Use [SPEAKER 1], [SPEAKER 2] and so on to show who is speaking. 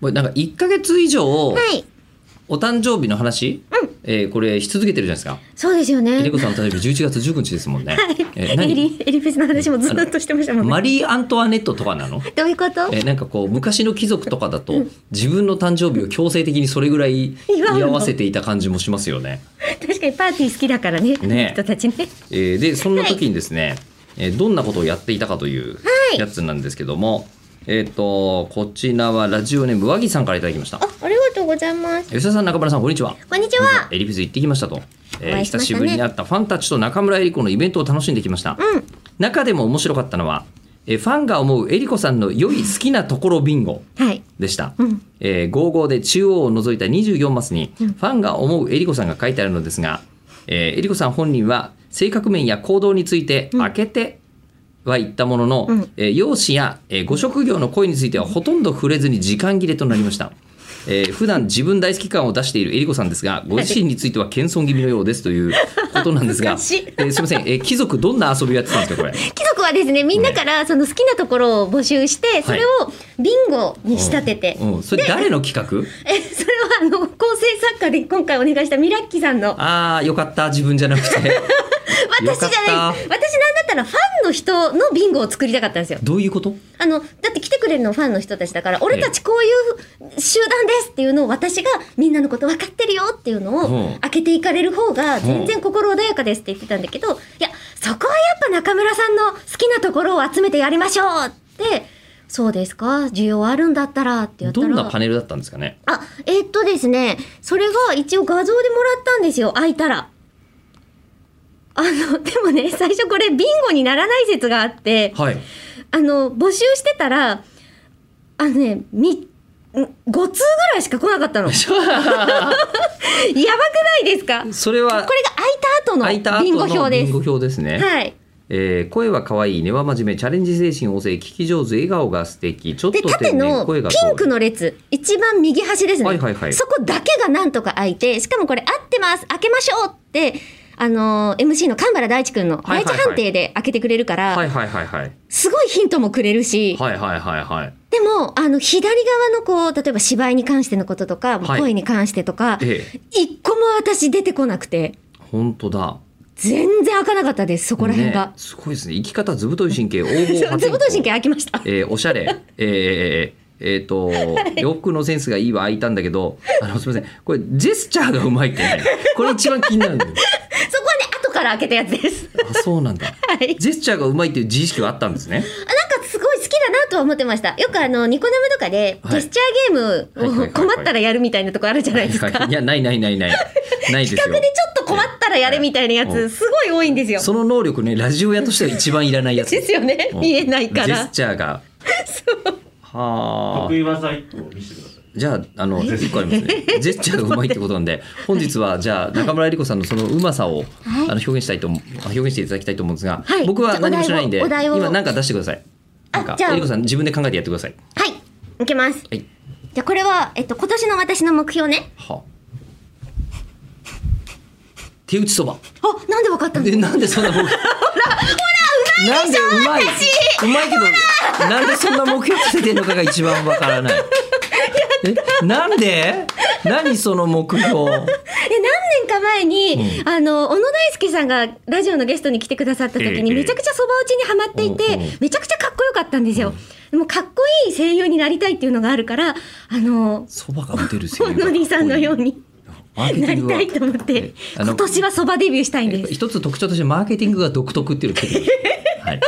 [SPEAKER 1] もうなんか1か月以上
[SPEAKER 2] はい。
[SPEAKER 1] お誕生日の話、えーこれし続けてるじゃないですか
[SPEAKER 2] そうですよ
[SPEAKER 1] え
[SPEAKER 2] ね
[SPEAKER 1] り。 こさんの誕生日11月19日ですもんね、えー
[SPEAKER 2] エ
[SPEAKER 1] 何
[SPEAKER 2] リエリフェスの話もずっとしてましたもんね。
[SPEAKER 1] マリー・アントワネットとかな の
[SPEAKER 2] どういうこと
[SPEAKER 1] えーなんかこう昔の貴族とかだと自分の誕生日を強制的にそれぐらい
[SPEAKER 2] 祝うの
[SPEAKER 1] 祝わせていた感じもしますよね。
[SPEAKER 2] 確かにパーティー好きだからね。
[SPEAKER 1] ね
[SPEAKER 2] 人たちね。
[SPEAKER 1] えーでそんな時にですね、えーどんなことをやっていたかという
[SPEAKER 2] い
[SPEAKER 1] やつなんですけども、えっ、とこちらはラジオネーム和木さんからいただきました
[SPEAKER 2] あ、ありがとうございます。
[SPEAKER 1] 吉田さん中村さんこんにちは
[SPEAKER 2] こんにちは。
[SPEAKER 1] エリフェス行ってきましたと、えー
[SPEAKER 2] お会いし
[SPEAKER 1] 久
[SPEAKER 2] まし
[SPEAKER 1] し
[SPEAKER 2] たね
[SPEAKER 1] ぶりに会ったファンたちと中村エリコのイベントを楽しんできました、
[SPEAKER 2] うん。
[SPEAKER 1] 中でも面白かったのは、えーファンが思うエリコさんの良い好きなところビンゴ
[SPEAKER 2] はい。
[SPEAKER 1] でした、
[SPEAKER 2] うん。
[SPEAKER 1] えー、55で中央を除いた24マスにファンが思うえりこさんが書いてあるのですが、えー、えりこさん本人は性格面や行動について開けては言ったものの、
[SPEAKER 2] うん
[SPEAKER 1] えー容姿や、えーご職業の恋についてはほとんど触れずに時間切れとなりました。えー、普段自分大好き感を出しているえりこさんですがご自身については謙遜気味のようですということなんですが
[SPEAKER 2] 恥ずかしい
[SPEAKER 1] えーすみません、えー貴族どんな遊びをやってたんですかこ れ
[SPEAKER 2] 貴族はですね、みんなからその好きなところを募集して、それをビンゴに仕立てて。
[SPEAKER 1] うん、それ誰の企画
[SPEAKER 2] え、それはあの、構成作家で今回お願いしたミラッキさんの。
[SPEAKER 1] あーよかった自分じゃなくて
[SPEAKER 2] 私じゃ
[SPEAKER 1] よかった
[SPEAKER 2] ない私なんだったらファンの人のビンゴを作りたかったんですよ。
[SPEAKER 1] どういうこと
[SPEAKER 2] あの、だって来てくれるのファンの人たちだから、俺たちこういう集団ですっていうのを私がみんなのこと分かってるよっていうの
[SPEAKER 1] う
[SPEAKER 2] を
[SPEAKER 1] ん
[SPEAKER 2] 開けていかれる方が全
[SPEAKER 1] う
[SPEAKER 2] 然心穏やかですって言ってたんだけど、いや、そこはやっぱ中村さんの好きなところを集めてやりましょうって、そうですか需要あるんだったらってやった
[SPEAKER 1] ど
[SPEAKER 2] ら。
[SPEAKER 1] んなパネルだったんですかね
[SPEAKER 2] あ、えっとですね、それが一応画像でもらったんですよ、開いたら。あの、でもね、最初これビンゴにならない説があって、
[SPEAKER 1] はい。
[SPEAKER 2] あの、募集してたら、あのね、み、5通ぐらいしか来なかっ たの。やばくないですかこれが
[SPEAKER 1] それは
[SPEAKER 2] 開
[SPEAKER 1] 開
[SPEAKER 2] い
[SPEAKER 1] い
[SPEAKER 2] た
[SPEAKER 1] た
[SPEAKER 2] 後の
[SPEAKER 1] 後
[SPEAKER 2] ビンゴ
[SPEAKER 1] の
[SPEAKER 2] 表で
[SPEAKER 1] ビン
[SPEAKER 2] す。
[SPEAKER 1] ゴ表ですね。
[SPEAKER 2] はい。
[SPEAKER 1] えー声は可愛い、根は真面目、チャレンジ精神旺盛、聞き上手、笑顔が素敵、ちょっ
[SPEAKER 2] で、
[SPEAKER 1] と
[SPEAKER 2] 縦
[SPEAKER 1] 天然、
[SPEAKER 2] のピ
[SPEAKER 1] 声が可愛い
[SPEAKER 2] ンクの列、一番右端ですね。
[SPEAKER 1] はいはいはい
[SPEAKER 2] そこだけがなんとか開いて、しかもこれ合ってます、開けましょうって、あのー MC の神原大地くんの
[SPEAKER 1] はいは
[SPEAKER 2] 第
[SPEAKER 1] い
[SPEAKER 2] 一
[SPEAKER 1] はい
[SPEAKER 2] 判定で開けてくれるから、
[SPEAKER 1] はいはいはいはい。
[SPEAKER 2] すごいヒントもくれるし、
[SPEAKER 1] はいはいはいはい。
[SPEAKER 2] でも、あの、左側のこう、例えば芝居に関してのこととか、
[SPEAKER 1] はい
[SPEAKER 2] 声に関してとか、
[SPEAKER 1] ええ、
[SPEAKER 2] 一個も私出てこなくて、
[SPEAKER 1] 本当だ。
[SPEAKER 2] 全然開かなかったです、そこら辺が
[SPEAKER 1] ね。すごいですね。生き方、ずぶとい神経、応募
[SPEAKER 2] そうずぶとい神経開きました。
[SPEAKER 1] えーおしゃれ、えーえーと洋服のセンスがいいは開いたんだけどあのすみませんこれジェスチャーがうまいってねこれ一番気になるんだよ
[SPEAKER 2] そこはね、後から開けたやつです。
[SPEAKER 1] あそうなんだ
[SPEAKER 2] はい。
[SPEAKER 1] ジェスチャーがうまいっていう自意識はあったんですね
[SPEAKER 2] なんかすごい好きだなとは思ってました。よくあの、ニコ生とかで、ジ
[SPEAKER 1] はい
[SPEAKER 2] ェスチャーゲ
[SPEAKER 1] はい
[SPEAKER 2] ー
[SPEAKER 1] はいは
[SPEAKER 2] ムを
[SPEAKER 1] いはい
[SPEAKER 2] 困ったらやるみたいなとこあるじゃないですか。
[SPEAKER 1] いやないないないないないです
[SPEAKER 2] 企
[SPEAKER 1] よ
[SPEAKER 2] 画でちょっと困ったらやれみたいなや
[SPEAKER 1] う
[SPEAKER 2] つ、
[SPEAKER 1] ん
[SPEAKER 2] すごい多いんですよ。
[SPEAKER 1] その能力ねラジオ屋としては一番いらないやつ
[SPEAKER 2] ですよね。
[SPEAKER 1] うん
[SPEAKER 2] 見えないか
[SPEAKER 1] ジェス
[SPEAKER 2] ら。
[SPEAKER 1] チャーがは
[SPEAKER 3] 得
[SPEAKER 1] あ
[SPEAKER 3] 意技一個見せてください。
[SPEAKER 1] じゃああの一個あります ねジェスチャーがうまいってことなんで本日はじゃあ中村江里子さんのそのうまさを、あの表現したいと思あ表現していただきたいと思うんですが、
[SPEAKER 2] はい
[SPEAKER 1] 僕は何も知らないんで
[SPEAKER 2] じゃあお題をお題を
[SPEAKER 1] 今何か出してくださいなんか
[SPEAKER 2] あじゃあ
[SPEAKER 1] 江里子さん自分で考えてやってください
[SPEAKER 2] はい。いきます。
[SPEAKER 1] はい
[SPEAKER 2] じゃあこれは、えっと、今年の私の目標ね。
[SPEAKER 1] はあ手打ちそば
[SPEAKER 2] あ、なんでわかったの
[SPEAKER 1] でなんでそんな僕ほ らほらうまいでしょなんでうまいうまいけどなんでそんな目標立ててんのかが一番わからないえなんで何その目標
[SPEAKER 2] え何年か前に、あの小野大輔さんがラジオのゲストに来てくださった時に、
[SPEAKER 3] ええ
[SPEAKER 2] めちゃくちゃそば打ちにはまっていて、
[SPEAKER 1] うんうん
[SPEAKER 2] めちゃくちゃかっこよかったんですよ。でもかっこいい声優になりたいっていうのがあるからあの
[SPEAKER 1] そばが打てる声
[SPEAKER 2] 小
[SPEAKER 1] 優が
[SPEAKER 2] 野里さんのように
[SPEAKER 1] マーケ
[SPEAKER 2] な
[SPEAKER 1] ティン
[SPEAKER 2] り
[SPEAKER 1] グ
[SPEAKER 2] た
[SPEAKER 1] はい
[SPEAKER 2] と思っ
[SPEAKER 1] え
[SPEAKER 2] て
[SPEAKER 1] あの
[SPEAKER 2] 今年はそばデビューしたいんです。
[SPEAKER 1] 一つ特徴としてマーケティングが独特っていうのを聞いてますはい